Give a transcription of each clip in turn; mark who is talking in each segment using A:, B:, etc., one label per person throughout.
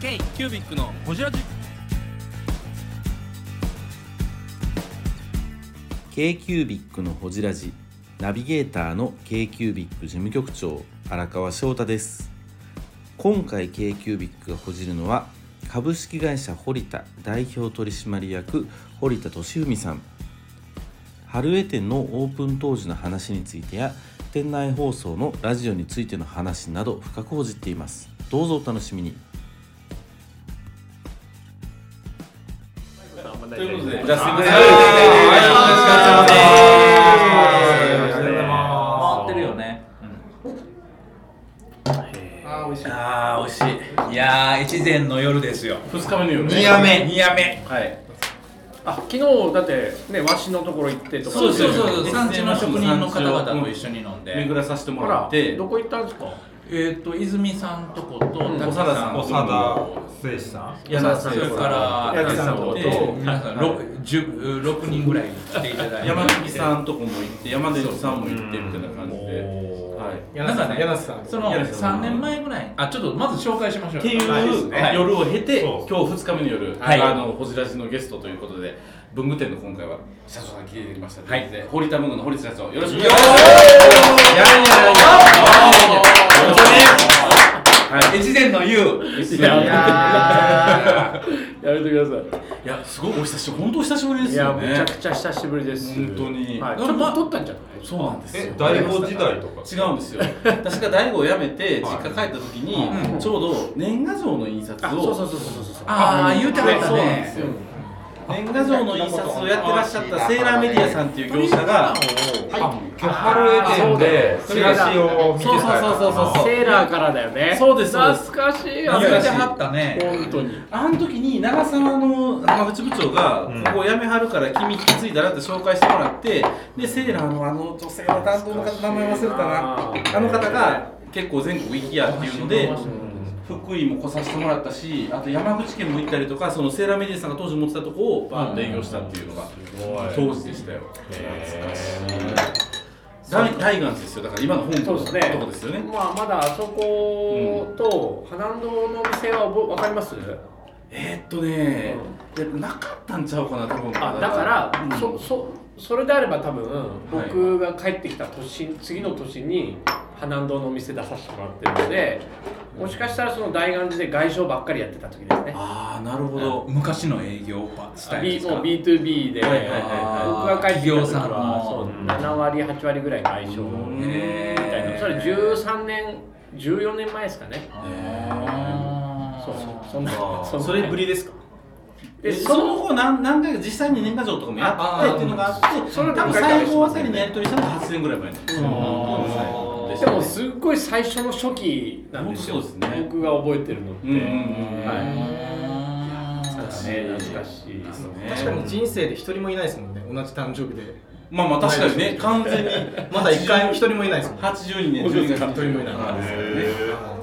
A: K キュービックのホジラジ
B: k q u b i c のほじラジナビゲーターの k q u b i c 事務局長荒川翔太です今回 k q u b i c がほじるのは株式会社堀田代表取締役堀田俊文さん春江店のオープン当時の話についてや店内放送のラジオについての話など深くほじっていますどうぞお楽しみに
C: ということで、
B: じゃあすいません
C: はいお疲れ様です
B: お疲れ様です
C: あ
D: 回ってるよね。
C: あー、美味しい。
D: ああ、美味しい。いやー、越前の夜ですよ。
C: 二日目の夜ね。
D: 二夜目。二夜目。
C: はい。あ、昨日だってね、わしのところ行ってとか。
D: そうそうそうう、
C: ん
D: 産地の職人の方々と一緒に飲んで。
B: 巡らさせても
C: ほ
B: ら
C: ら
B: っ、て
C: どこ行ったんですか。
D: えっと、泉さんとこと、
C: ん
D: 田
B: 長田さん
D: と
B: 長田
E: 誠司さん
D: 矢沢さん、それから、
C: 矢沢さんと
D: 矢沢さんと、皆さん、六、十、六人ぐらい来ていただいて。
B: 山崎さんとこも行って山出さんも行ってみたいな感じで、はい、
D: なんかね、その
B: 柳瀬さん
D: 3年前ぐらいに、あ、ちょっとまず紹介しましょう
B: っ
D: よ。
B: ていう
D: はい
B: 夜を経て、
E: そう
B: 今日2日目の夜、
D: はい
B: あのホジラジのゲストということで文具店の今回は社長さん来ていただきましたということで、堀田文具の堀田社長よろしくお願いしますやいやいや本
D: 越前の湯。
B: 当に
C: いや
B: やめてくださいいやすごいお久しぶり本当お久しぶりで
C: い
B: す
C: や、
B: よ
C: めち
B: ね
C: ゃくちゃ久しぶりです。
B: 本当に
C: はい、ちょっと撮ったんじゃない。
B: そうなんですよ
E: 大悟時代とか
B: 違うんですよ私が大悟を辞めて実家帰った時に、
D: うん
B: ちょうど年賀状の印刷
C: あ、
B: を
C: そうそうそうそうそうそう。
D: ああ、言うてはった
B: そうなんで
D: ね
B: す。よ年賀状の印刷をやってらっしゃったセーラーメディアさんっていう業者が
E: 今日春江店でチラシを見てた
B: そうそうそうそう
C: セーラーからだよね。
B: そうですそうです
C: 懐かしい。
D: 言うては
C: 本
D: ったね。
C: 当に。
B: あの時に長澤の浜口部長が
E: うん
B: ここを辞めはるから君引き継いだらって紹介してもらってでセーラーのあの女性の担当の方名前忘
C: 懐
B: れた
C: かしい
B: な
C: な
B: あの方が結構全国行きやっていうので福井も来させてもらったしあと山口県も行ったりとかそのセーラーメディアさんが当時持ってたとこをバーンと営業したっていうのが当時でしたよ懐かしい大大岩ですよだから今の本
C: そう
B: 部の
C: ですね
B: とこですよね
C: まあ、まだあそこと、花堂のお店は覚えわかります。
B: えーっとね、いやなかったんちゃうかな、多分
C: あだから、
B: うん
C: そそそれであれば多分僕が帰ってきた年、次の年に花堂のお店出させてもらってるのでもしかしたらその大願寺で外商ばっかりやってた時ですね
B: ああ、なるほど、
D: 昔の営業スタイルで
C: B
D: すか
C: もう B2B で、
B: はいはいはい
C: 僕
D: はい
C: が帰ってきた時
D: 企業さん
C: は
D: の
C: そう7割8割ぐらい外商み
B: へ
C: たいな、
D: へー
C: それ13年14年前ですかね
D: あー
C: そうそうそんな
B: あー
C: んな
B: それぶりですか
C: で
B: で
C: そ
B: そ
C: の
B: の後何何回か実際に年賀状とかもやっ
D: ああ
B: て
D: ー
B: っていうのがあって
C: それ
B: 多
C: 何
B: 分
C: 回かあり
B: 最
C: ますね
B: 後あたりにやり取りしたのが8000円ぐらい前です、
C: でもすっごい最初の初期なんですよ
B: 本当そうですね
C: 僕が覚えてるのって、
B: うんうんうん
C: はい
D: 懐かしい
C: ね懐かしいですね
F: 確かに人生で一人もいないですもんね、同じ誕生日で。
B: まあまあ確かにね完全に
F: まだ一回も一人もいないですもんね。
B: 82年12月
F: 一人もいない。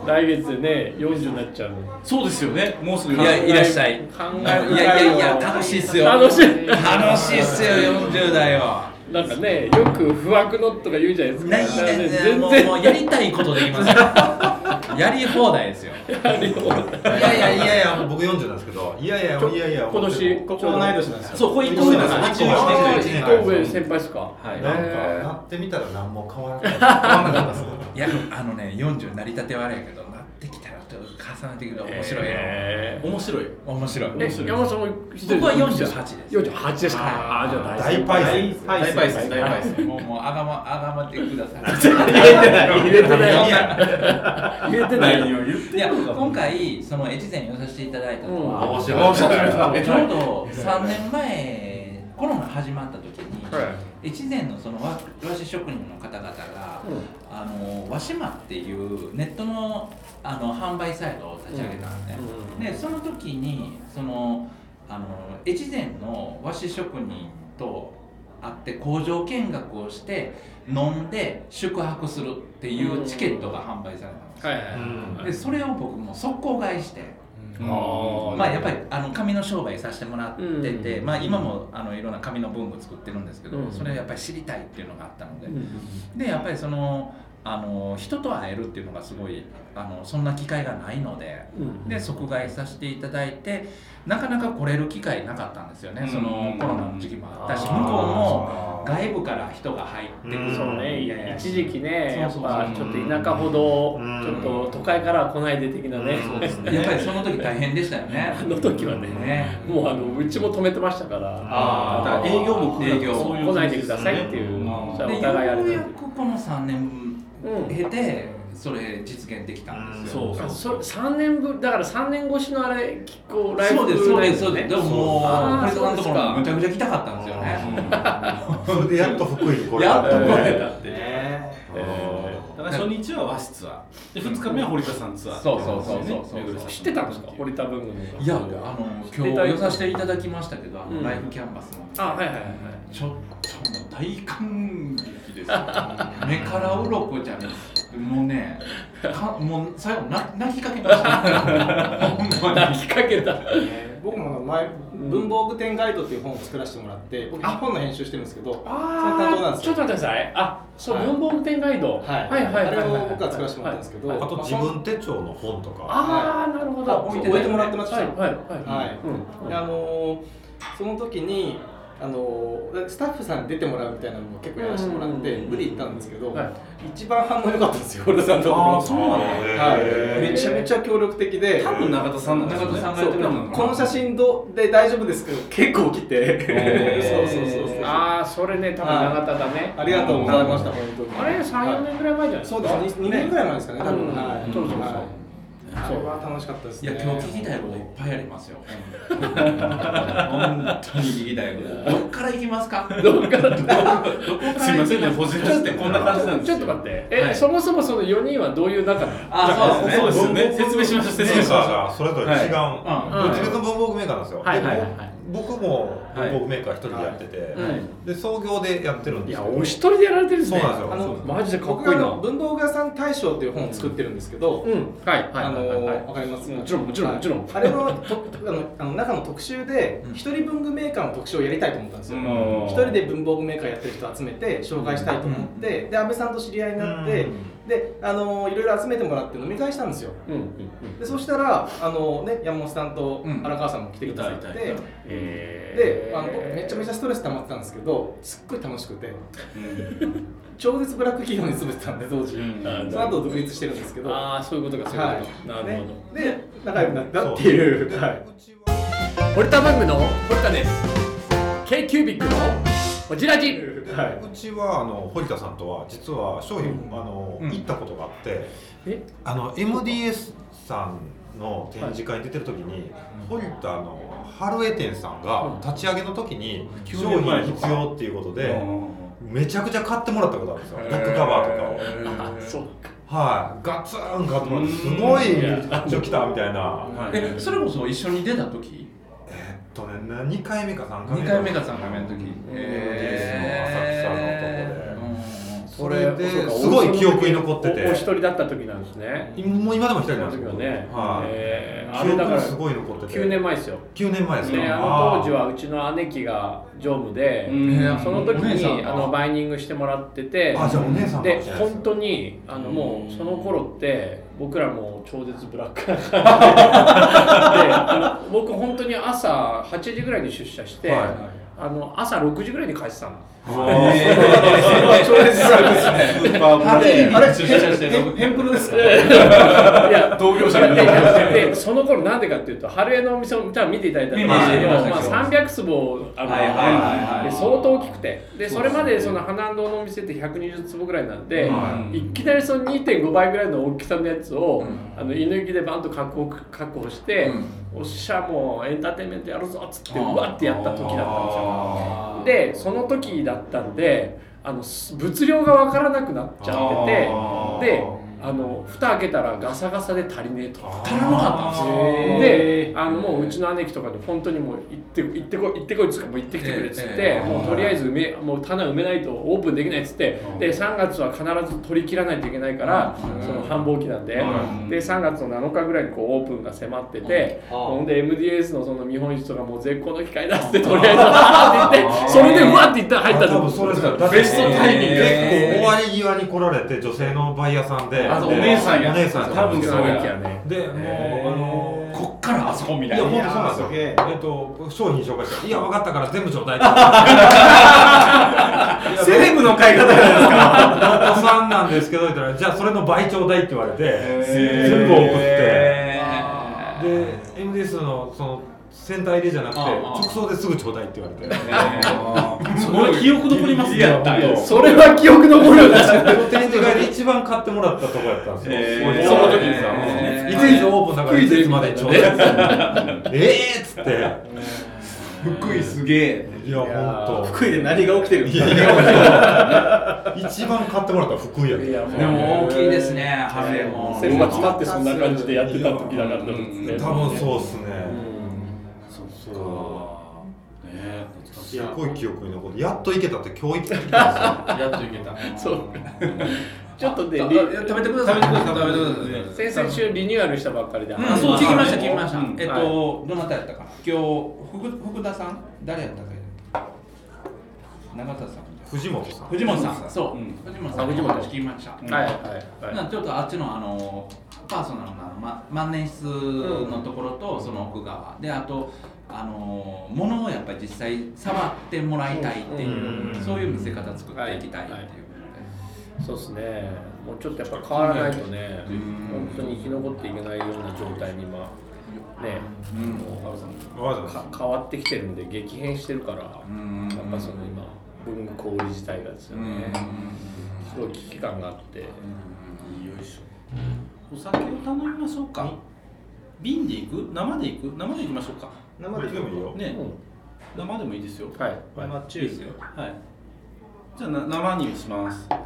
C: 来月ね40になっちゃうの
B: そうですよねもうすぐ
D: いやいらっしゃい
C: 考え
D: いやいやいや楽しいっすよ
C: 楽しい
D: 楽しいっすよ40代は
C: なんかねよく不惑のとか言うじゃないですか
D: ない
C: だからね
D: ねも
C: 全
D: う
C: 然
D: もうやりたいことできますよやり放題ですよ
E: いやいやいやいや僕40なんですけどいやいやいやいや
C: 今年
F: ここ同い年なんですよ。
B: そうこれ1個目なんですよ
E: 一個
B: 81
E: 上
B: 年
C: 一個上先輩ですか
B: はい
E: なんか
C: へ
E: やってみたら何も変わらなかった変わらなかったです
D: いやあのね40なりたてはあれやけどなってきたらちょっと重ねていくの面白いよ
C: え
B: 面白い
D: 面白い
C: え山本さんも一人
D: 僕は48です
C: 48ですかああーじゃあ
E: 大パイセン
B: 大パイセン大パイセン
D: もうもうあがまあがまってください
C: 入れてない
D: い
C: 入れてない
B: 何を言って
D: いや今回その越前に寄させていただいたのは、
C: うん面
D: ちょう
E: 白い
D: ど3年前コロナ始まった時に、越前のその和和紙職人の方々が、あの和島っていうネットのあの販売サイトを立ち上げたんですね、でその時にそのあの越前の和紙職人と会って工場見学をして飲んで宿泊するっていうチケットが販売されたんですよ、
C: はいはい
D: でそれを僕も速攻買いして、まあやっぱりあの紙の商売させてもらってて、
C: う
D: まあ今もあのいろんな紙の文具作ってるんですけど、
C: うん
D: それをやっぱり知りたいっていうのがあったので、
C: うん
D: でやっぱりそのあの人と会えるっていうのがすごいあのそんな機会がないので
C: うん
D: で即買いさせていただいてなかなか来れる機会なかったんですよね、そのコロナの時期もあったし向こうも外部から人が入ってくる
E: うん
C: そうね、
D: いやいや
C: 一時期ね、や
D: そ
C: っ
D: うそうそう
C: ぱちょっと田舎ほど、
E: うん
C: ちょっと都会からは来ないで的なね、
E: そうですね
D: やっぱりその時大変でしたよね。
C: あの時はね
D: ね
C: もうあのうちも止めてましたから、
E: あーだから営業も来なくて
D: 営業
E: そう
C: 来ないでくださいっていう、
E: うん
C: じゃあ
D: で
C: お互いあれ
D: ようや
C: なんで
D: くこの3年
C: うん
D: 経てそれ実現できたんですよ。
E: うんそう
C: そ3年ぶだから3年越しのあれ、きこう、ライブ
D: そうですそうですそうです。でももう
C: あー
D: これからのところ
C: そう
D: む
C: です
D: ちゃくちゃ来たかったんですよね。
E: それでやっと福井に来れ
D: やっと来
E: た
D: れたって。
A: だから初日は和室ツアーで2日目は堀田さんツアー
D: そうそうそうそうそう
C: か知ってたんですか、堀田文具の。
D: いやあの今日寄させていただきましたけどあ
C: う
D: の
C: ん
D: ライフキャンバスの。
C: あ、はいはいはいはい。
D: ちょっともう大感激ですよ目から鱗じゃねもうねかもう最後な泣きかけましたほんまに
C: 泣きかけた。
F: 僕も前文房具店ガイドっていう本を作らせてもらって僕本の編集してるんですけどそれ担当
C: あ
F: なん
C: ー
F: です
C: ちょ
F: よ
C: っと待ってください。あ、そう、
F: はい
C: 文房具店ガイド。
F: はい
C: はいはい。
F: あれを僕は作らせてもらったんですけど
C: はい
E: あと自分手帳の本とか
C: ああ、なるほど。
D: 置い
F: 置いてもらってました
C: はい
F: よ
C: はいは
F: はい、であのーその時にあのースタッフさんに出てもらうみたいなのも結構やらせてもらって、
C: うん
F: 無理言ったんですけど、
C: い。はい
F: 一番反応良かったんですよ俺さんのところ
A: そうなんだ
F: はい、
E: へー
F: めちゃめちゃ協力的で
A: 多分中田さんなんですよね
D: 中田さんが
F: そ
D: や
F: う
D: ってくれたのかな
F: この写真どで大丈夫ですけど結構来て そうそうそうそうあ
C: ああ、それね、多分永田だね。
F: りがとうございました本当に
C: あれ、3、4年ぐらい前じゃない
F: い
C: です
F: そ
C: か。
F: うです2年ぐらい前ですかね多分、
C: うん
F: はい
C: そうそうそう
F: はいあ
C: そう
F: れは楽しかったです
D: い
F: ね
D: や今日聞きたいこといっぱいありますよ本当に聞きたいこと どっから行きますかどっからどこから
A: すいませんねホジラジってこんな感じなんです
C: ちょ
A: よ
C: っと待って、
A: は
C: え、
A: い
C: そもそもその4人はどういう仲なの
D: あそうですね
A: そうですよね説明しました
E: メ
A: 説明
E: ー
A: し
E: カ
A: ま
E: ー
A: し
E: がそれぞれ違う、
D: は
E: どっちかというと文房具メーカーなんですよ、
C: はいはいはい
E: で僕僕も文房具メーカー一人でやってて、
C: うん
E: で創業でやってるん
C: い
E: です
C: や、
E: よ
C: お一人でやられてるんですね。
E: そうなんですよ
F: あの
C: マジでかっこいい
F: 僕
C: な
F: あの文房具屋さん大賞っていう本を作ってるんですけど、
C: うん、はいはい
F: あ
C: はい
F: の
C: はい。
F: わかります
C: もちろんもちろんもちろん
F: はいあれのとあのあの中の特集で
D: うん
F: 一人文具メーカーの特集をやりたいと思ったんですよ
A: うん
F: 一人で文房具メーカーやってる人集めて紹介したいと思ってで安倍さんと知り合いになってであのいろいろ集めてもらって飲み会したんですよ
C: うんうんうん。
F: でそしたらあのね山本さんと
D: うん
F: 荒川さんも来てくださっ
A: いたいたい
F: て
A: た
C: え
F: であの僕めちゃめちゃストレス溜まってたんですけどすっごい楽しくて
A: た
F: 超絶ブラック企業に潰れてたんで当時
C: うん
F: その後独立してるんですけど
C: ああ、そういうことか、そういうことか。なるほど。
F: ね、で仲良くなったっていう
E: そう
F: はい
C: 堀田文具の堀田です。K キュービックのホジラジ。
F: はい、
E: うちはあの堀田さんとは実は商品、あの
D: うん
E: 行ったことがあって
C: え、
E: あの MDS さんの展示会に出てる時に、堀田の春江店さんが立ち上げの時に
A: 九
E: 商
A: 年前
E: 品必要っていうことで、
A: う
E: めちゃくちゃ買ってもらったことあるんですよ、バックカバーとかを。
A: か
C: そう
E: はい、ガツンガツン、すごい、ちょ来たみたいな。
A: はい
D: えそれこそ一緒に出た時
E: えっとね、2回目か3回目
D: 2
E: か。
D: 回目か3回目の時
E: へー
D: うんうんうん
E: それですごい記憶に残って
C: おお
E: て
C: お一、人だった時なんですね。
E: もう今でも一
C: そ
E: 人な
C: の
E: んで
C: 時
E: すけ
C: は
E: ど、
C: ね。
E: はい、
C: えーあ
E: 記
C: れだ
E: 憶
C: か
E: が
C: ら
E: すごい残ってて、
C: 9年前ですよ。
E: 9年前ですか、
C: ね、あの当時はうちの姉貴が常務で、
A: うん
C: その時
D: お姉さん
C: に
D: が
C: あのバイニングしてもらってて
E: あーあ、じゃあお姉さんか
C: で
E: もしれない
C: 本当にあのもうその頃って僕らもう超絶ブラックな感 じでであの僕本当に朝8時ぐらいに出社して、
E: はい
C: あの朝6時ぐらいに帰ってたの。
F: 超絶ブラックですね
A: スーパー
F: あ
A: ブ
F: れ、
A: レー
F: あ れ、
A: 出社して
F: ヘンプロですか
C: いや
A: 同業者
C: で
A: に
C: でその頃なんでかっていうと春江のお店を多分見ていただいたんですけど、
D: 見ました見ました
C: まあ、300坪あの、
D: はいはいはいはい
C: で相当大きくてでそれまでその花堂のお店って120坪ぐらいなんで、
E: はい
C: きなりその2.5倍ぐらいの大きさのやつを、
D: うん
C: あの犬きでバンと確保確保して、
D: うん
C: おっしゃもうエンターテインメントやるぞっつって
D: あー
C: うわってやった時だったんですよ。
E: あ
C: でその時だったんであのす物量が分からなくなっちゃってて
E: ー
C: でああの蓋開けたらガサガサで足りねえと
D: 足らなかったんですよ
C: であのもううちの姉貴とかで本当にもう行って行ってこい行ってこいっつうかもう行ってきてくれっつって、
D: ええ
C: もうとりあえず埋めもう棚埋めないとオープンできないっつって、で3月は必ず取り切らないといけないから、
D: うん
C: その繁忙期なんで、
D: うん
C: で3月の7日ぐらいにこうオープンが迫ってて、
F: うん
C: ほんで MDS のその見本市とかもう絶好の機会だっつってとりあえずわーって言ってそれでうわーっていったら入った
E: 多分
C: と
E: それですから
A: ベストタイミング
E: 結構終わり際に来られて女性のバイヤーさんで
A: あとお
E: で
A: 姉さんや
E: お姉さん
A: 多分
C: そ
A: そう
C: の
A: や
C: 時はね
E: でもうあの
D: こっからあそこみ
E: い
D: たい
E: や
D: な
E: 本当そうなんですよえっと商品紹介したらいや分かったから全部ちょうだいっていや
F: セレブの買い方が
E: お子さんなんですけど言ったらじゃあそれの倍ちょうだいって言われて全部送って
D: えー
E: で MDS のそのセンター入れじゃなくて
D: ああああ
E: 直送ですぐちょうだいって言われて
A: すごい記憶残りますねやったよ
C: それは記憶残るよね
E: 展示会で一番買ってもらったとこやったんですよ、
A: えー
E: その時にさ、
D: えー
E: いついつオープンだからいついつまでちょうだいっつってええっつって
B: 福井すげえ
E: いや本
F: 福井で何が起きてる
E: 当いや本当一番買ってもらったの福井や
C: いやもう
D: でも大きいですね、ハレーも。
C: 先発だってそんな感じでやってた時だからね
E: 多分そうっすね、
A: そ
E: そうか
A: ねえ懐かし
E: すごい記憶に残ってやっと行けたって今日行けたんですよ
A: いやっといけた
C: そう ちょっとで
A: 食
C: リ
A: べてください食べてください食べてください
C: 先々週リニューアルしたばっかりで、
D: うん、そう、
A: で
D: 聞
A: す
D: きました、聞きました
A: うん。
D: えっと、どなたやったかな。今日、福福田さん誰やったかい永田さんみたいな。
E: 藤本さん
D: 藤本さん、そう
A: うん、
D: 藤本さん、
C: あ藤本
D: 聞きました。
C: はいはいはい
D: なちょっとあっちのあのパーソナルな、ま、万年筆のところとその奥側であとあの物をやっぱり実際触ってもらいたいっていう、
E: うん
D: そういう見せ方作っていきたいっていう、
C: はいそうですねもうちょっとやっぱ変わらないとね本当に生き残っていけないような状態に今ね
D: うん
E: わざわざ
C: か変わってきてるんで激変してるからやっ
D: うん
C: ぱその今文具小売り自体がですよねすごい危機感があって
A: お酒を頼みましょうか瓶でいく生でいく生でいきましょうか
E: 生ででもいいよ
A: ね
C: うん
A: 生でもいいですよ
C: はいはい
A: 生中ですよはいじゃあな生にしますはい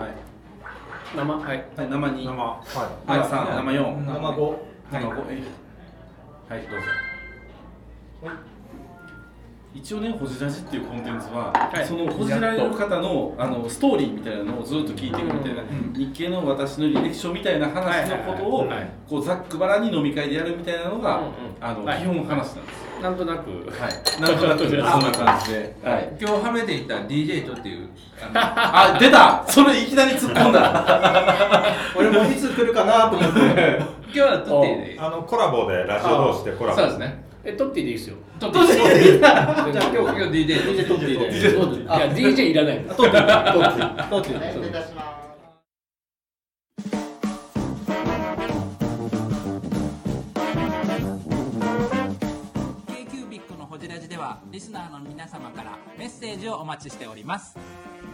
C: 生はい
A: はい生に
E: 生はい
A: はい三生四
D: 生
A: 五生五えいはいどうぞ一応ね、ほじらじっていうコンテンツは、
C: はい
A: そのほじられる方のあのストーリーみたいなのをずっと聞いていくみたいな、
D: ん
A: 日系の私の履歴書みたいな話のことを、
C: はいはいはいはい
A: こうざっくばらんに飲み会でやるみたいなのが、
C: うんうん
A: あの
C: はい
A: 基本話なんですよ。
C: なんとなく
A: はい、なんとなくそんな感じで。はい、
D: 今日はめていた DJ とっていうあ
A: あ、出たそれいきなり突っ込ん だ
F: 俺もいつ来るかなと思って
D: の 今日はとってで
E: あのコラボでラジオ同士でコラボ
D: そうですね
C: えトッティでいいですよ
D: とってで じゃあ
F: じゃあ
D: 今
F: 今
D: 日
F: 日
D: 今日 DJ とってで
C: いや DJ いら ないです
F: どっちだよ
D: 「KQBIC のほじラジ」ではリスナーの皆様からメッセージをお待ちしております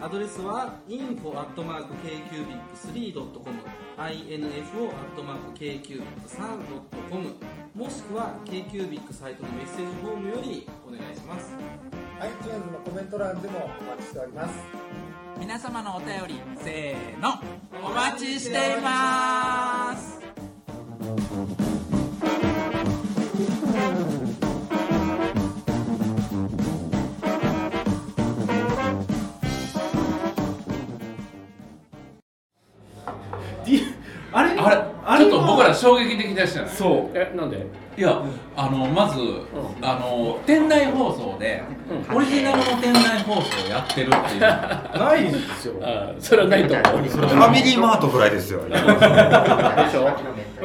G: アドレスは info.kcubic3.com info.kcubic3.com もしくは KQBIC サイトのメッセージフォームよりお願いします
H: iTunes のコメント欄でもお待ちしております
D: 皆様のお便りせーのお待ちしています
A: あれ
D: あれ
A: あれ
D: ちょっと僕ら衝撃的でしたね
A: そう。
C: えなんで
D: いやあのまず、
C: ん
D: あの店内放送で、オリジナルの店内放送をやってるってい う
A: ないんですよ。
C: あそれはないと 思うでし
E: ファミリーマートぐらいですよ
C: ょ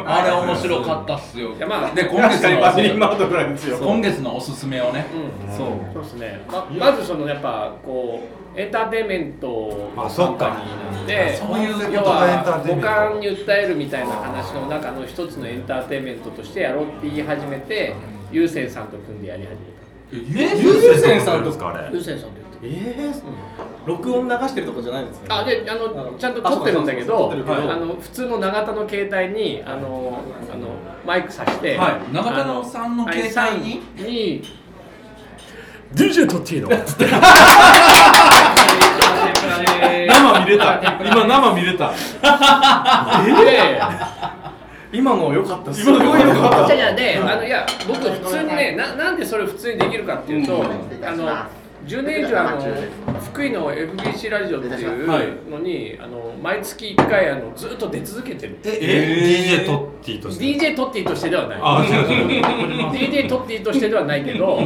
D: あれ面白かったっすよ
C: いやまあ
D: で今月の
A: ートぐらいですよ
D: 今月のおすすめをね
C: うん
A: そう。
C: そうですねままずそのやっぱこうエンターテインメント
E: あそっか
C: なんで
D: そういうことが
C: 要
E: エンタ
C: は
E: ーテ
C: 五
E: インメント
C: 感に訴えるみたいな話の中の一つのエンターテインメントとしてやろうって言い始めて優先さんと組んでやり始め
E: え
F: 優先さん
E: で
F: と
E: すかあ
C: た
E: れ
C: 優先さんと言って
F: えー、録音流してるとこじゃないんですね
C: あであ
F: あ
C: の
F: の
C: ちゃんと撮ってるんだけ
F: あそ
C: ど
F: うそうそう撮ってるけど
C: あの普通の永田の携帯にあのあのマイクさして
D: はい永田のさんの携帯に
C: あのはいさんに
I: DJ トッ ティーノつって
A: 生見れた今生見れた
C: え
F: 今の良かったっす
A: 今 の良かった
C: じゃあじゃあね、あのいや僕普通にねななんでそれ普通にできるかっていうと、
A: うん
C: あの10年以上あの福井の FBC ラジオっていうのに、あの毎月1回あのずっと出続けてる
E: え DJ トッティとして
C: DJ トッティとしてではない
E: あ違う違う
C: DJ トッティとしてではないけ ど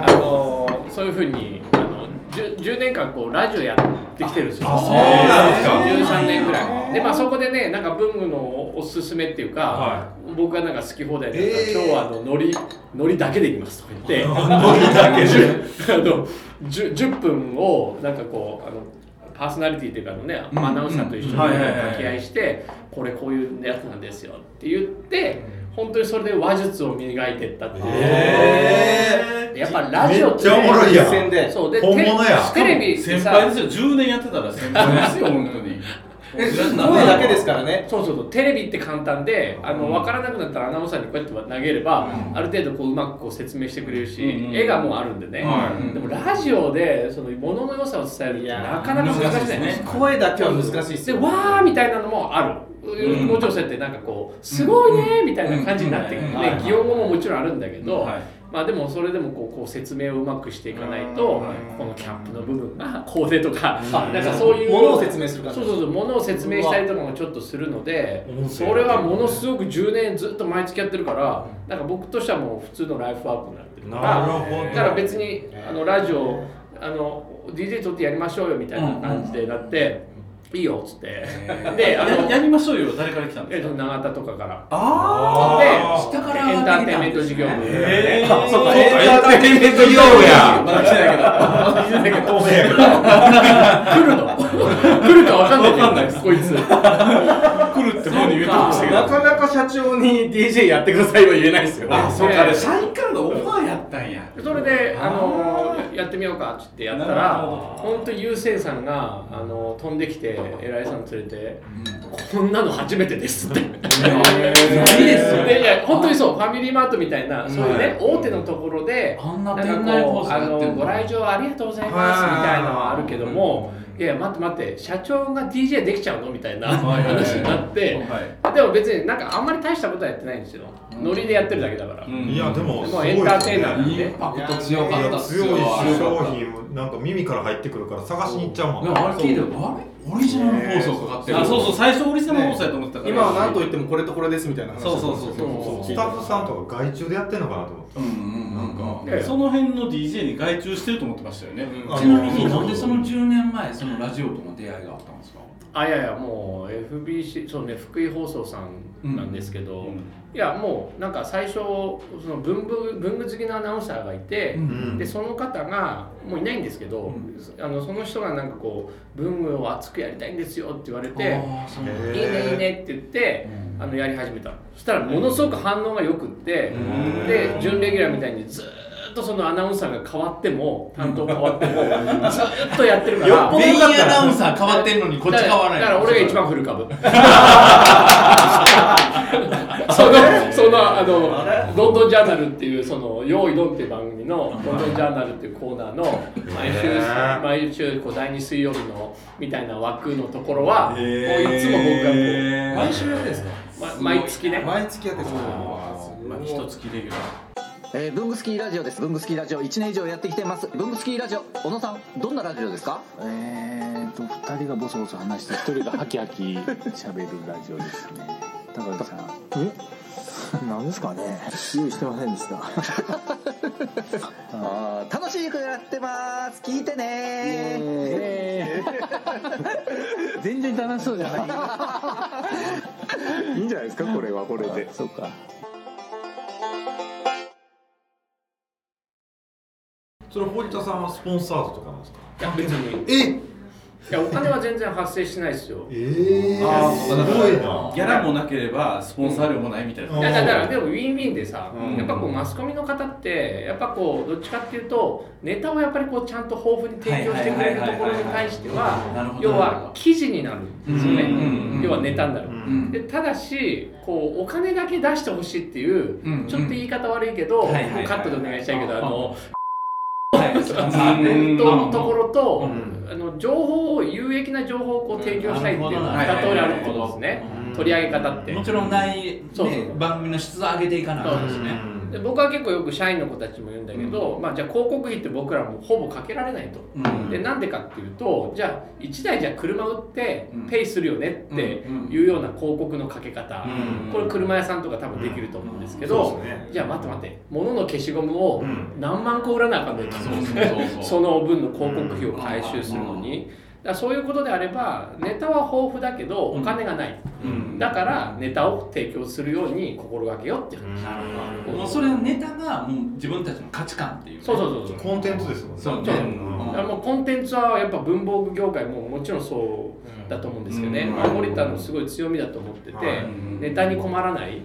C: あのそういうふうにあの 10, 10年間こうラジオやってきてるんですよ
E: あそうなんですか
C: 13年ぐらいでまあそこでねなんか文具のおすすめっていうか、
E: は
C: 僕がなんか好き放題だから、
E: えー
C: 今日はあの海苔海苔だけでいきますとか言って海苔だけで あの 10, 10分をなんかこうあのパーソナリティっていうかあのね、アナウンサーと一緒に
A: はいはいはい
C: 掛け合いしてこれこういうやつなんですよって言って本当にそれで話術を磨いてったっていう、
E: え
C: やっぱラジオって
E: めっちゃおもろいやん
F: 実践で
C: そうで
E: 本物や
C: テレビって
A: 先
C: さ
A: 輩ですよ10年やってたら先輩 ですよ本当に
F: え声だけですからね
C: そうそうそうテレビって簡単であの分からなくなったらアナウンサーにこうやって投げれば、ある程度こううまくこう説明してくれるし、
A: うんうん
C: 絵がもうあるんでね、
A: はい
C: でもラジオでその物の良さを伝えるっ
F: い
C: て
F: や
C: なかなか難しい
A: 難
C: ね
A: しいですね
F: 声だけは難しいっす
C: で
F: よ
C: わーみたいなのもある。
A: うん
C: もうちょっとやってなんかこうすごいねーみたいな感じになってくる
A: うんうんうん
C: ね擬音語ももちろんあるんだけど、
A: はい
C: まあでもそれでもこうこう説明をうまくしていかないとこのキャップの部分が こうでとかなんかそういう
F: ものを説明するから
C: そうそうそうものを説明したりとかもちょっとするので
E: うわ
C: それはものすごく10年ずっと毎月やってるからなんか僕としてはもう普通のライフワークになってる
E: ー、
C: か
E: なる
C: ら
E: ほど
C: だから別にあのラジオあの DJ 撮ってやりましょうよみたいな感じでなっていいよっつってであ
A: やや
C: の
A: りましょうよ誰から来たん
C: え
A: で
C: っ
A: す
C: と
A: か
C: 永田とか から
E: あー
D: 下から
C: エンターテインメント事業部
A: えー
E: あそうかエンターテインメント業や
A: まだ来てないけど
E: 透明やけど
C: 来るの来るかわかんないけど
A: わかんないです
C: こいつ
A: 来るって方に言うとこしたけ
F: な
A: ど
F: かなか社長に DJ やってくださいは言えないですよね
A: あそう
C: ね
A: かあれ社員からのオファーやったんや
C: それで、あのやってみようかって言ってやったら
A: なるほど
C: 本当に優先さんが、あの飛んできて偉いさん連れて、こんなの初めてですって。
D: いいですよね
C: でいや本当にそうファミリーマートみたいなそういうね、大手のところで
D: あん
C: な
D: なん店
C: か
D: 内
C: こ
D: 放
C: う
D: 送
C: あ
D: やって
C: の
D: ん
C: ご
D: だ
C: 来場ありがとうございますみたいなのはあるけどもいや待って待って社長が DJ できちゃうのみたいな話になって、
A: はい
C: でも別になんかあんまり大したことはやってないんですよノリでやってるだけだから、
A: うん
E: いやでもす
C: も
E: ご
C: う
E: い
C: エンターテイナーなん
E: い
C: で
D: インパクト強かった
E: や
D: っす
E: 強
D: よ
E: い
D: あれ
E: 商品なんか耳から入ってくるから探しに行っちゃうもん
D: いやあれ聞いてあれオリジナル放送かかってる
A: あそうそう最初オリジナル放送やと思ってたから
F: 今は何と言ってもこれとこれですみたいな話
A: そうそうそうそう
E: そうスタッフさんとか外注でやってんのかなと思って
D: うんうんなんか
C: で
A: その辺の DJ に外注してると思ってましたよね、
E: あの
D: ちなみになんでその10年前そのラジオとの出会いがあったんですか
C: あいやいやもう FBC そうね福井放送さんなんですけど、いやもうなんか最初その文具文具好きのアナウンサーがいて、
E: ん
C: でその方がもういないんですけど、あのその人がなんかこう文具を熱くやりたいんですよって言われて
D: ああそうな
C: 「
D: んだ
C: いいねいいね」って言って、あのやり始めたのそしたらものすごく反応がよくって、
E: うん
C: で準レギュラーみたいにずーっとそのアナウンサーが変わっても担当変わっても ずーっとやってるから
D: よっぽどメインアナウンサー変わってんのにこっち変わらない
C: だからだから俺が一番古 株そのそのあのロンドンジャーナルっていうその用意ドンっていう番組のロンドンジャーナルっていうコーナーの毎週毎週こう第2水曜日のみたいな枠のところはもういつも僕がこう
F: 毎週やってるんですか
C: ま毎月ね
F: 毎月やってるんですか
A: まあ一月レギュラー
J: えー、ブングスキーラジオです。ブングスキーラジオ1年以上やってきてます。ブングスキーラジオ、小野さん、どんなラジオですかえーと、2人がボソボソ話して、1人がハキハキ喋るラジオですね。高橋さん。えなんですかね用意してませんでした。 あー楽しくやってます。聞いてね全然楽しそうじゃない。 いいんじゃないですか、これはこれで。そうか。
E: それ堀田さんはスポンサードとかなんですか
C: いや別に
E: え
C: いやお金は全然発生しないですよ
E: ええ
A: あ
E: ー、
A: ー
E: すごいな
A: ギャラもなければスポンサー料もないみたいな、
E: うん
C: いやだからでもウィンウィンでさ、
A: うん
C: やっぱこうマスコミの方ってやっぱこうどっちかっていうとネタをやっぱりこうちゃんと豊富に提供してくれるところに対して
D: なる
C: は
D: ほど
C: 要は記事になるんですよね、
A: うんうんうん
C: 要はネタになる、
D: うん
C: でただしこうお金だけ出してほしいっていう、
D: うんうん
C: ちょっと言い方悪いけど、
D: はいはいはい
C: もうカットでお願いしたいけどあの。
D: ないです。
C: 残念とところと、
E: うん
C: あの情報を有益な情報をこう提供したいっていうのが
D: なる
C: 2
D: ほど
C: 通りあるってことですね
E: うん
C: 取り上げ方って
D: もちろんない、ね
C: そうそう
D: 番組の質を上げていかなあかんですね。
C: で僕は結構よく社員の子たちも言うんだけど、まあ、じゃあ広告費って僕らもほぼかけられないと。
D: うん
C: でなんでかっていうとじゃあ1台じゃあ車売って
D: うん
C: ペイするよねっていうような広告のかけ方、
E: うん
C: これ車屋さんとか多分できると思うんですけ
E: そ
C: ど、
E: うですね
C: じゃあ待って待って物の消しゴムを
E: うん
C: 何万個売らなあかんねんと、
D: そう
C: その分の広告費を回収するのに、だからそういうことであればネタは豊富だけどお金がない、だからネタを提供するように心がけよっていう話、
D: なるほど。もうそれのネタがもう自分たちの価値観っていうね、
C: そうそうそうそう
E: コンテンツですもんね
D: そ
C: ね
D: う
E: ん
C: だからもうコンテンツはやっぱ文房具業界ももちろんそうだと思うんですよね、
E: うん
C: まあ森田のすごい強みだと思ってて、
E: はい
C: ネタに困らない
E: う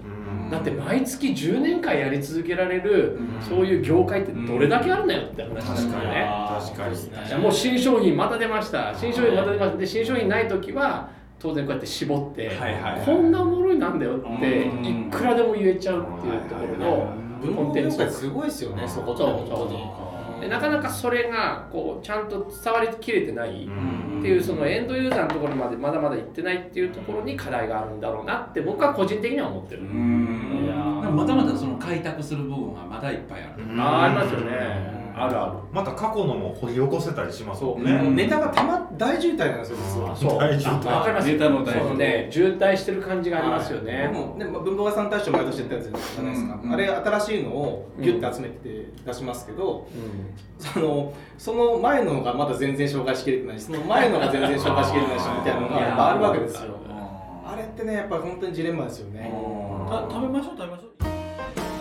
E: ん
C: だって毎月10年間やり続けられる、
E: うん
C: そういう業界ってどれだけあるんだよって話ですからね、
E: 確かに
C: いやもう新商品また出ました新商品また出ましたで新商品ない時は当然こうやって絞って、
E: はいはい
C: こんなおもろいなんだよって
D: うん
C: いくらでも言えちゃうっていうところの
G: 文
C: コン
G: 房
C: テ
G: 具
C: ン
G: 業
C: ツ
G: 界すごいですよねそこ
C: そう
G: と
C: そうそうでなかなかそれがこうちゃんと伝わりきれてないっ
E: ん
C: ていうそのエンドユーザーのところまでまだまだ行ってないっていうところに課題があるんだろうなって僕は個人的には思ってる、
D: う
G: い
D: ん。
G: やー
D: でもまだまだその開拓する部分はまだいっぱいある。
E: うん
C: あーありますよねあるある
E: また過去のも掘り起こせたりしますもん
D: そう
E: ね
F: ネタがたま大渋滞なんですよ実は
C: そう
E: 大渋
C: あわかり
E: 滞
C: ます
A: ネタの大事
C: そうね渋滞してる感じがありますよね、
F: でもねまあ文房具屋さん大賞毎年やってるやつじゃないですか、
D: うん
F: あれ新しいのをギュッて集めて出しますけど、そのその前のがまだ全然紹介しきれてないしその前のが全然紹介しきれてないしみたいなのがやっぱあるわけですよあれってねやっぱ本当にジレンマですよね、
G: た食べましょう食べましょう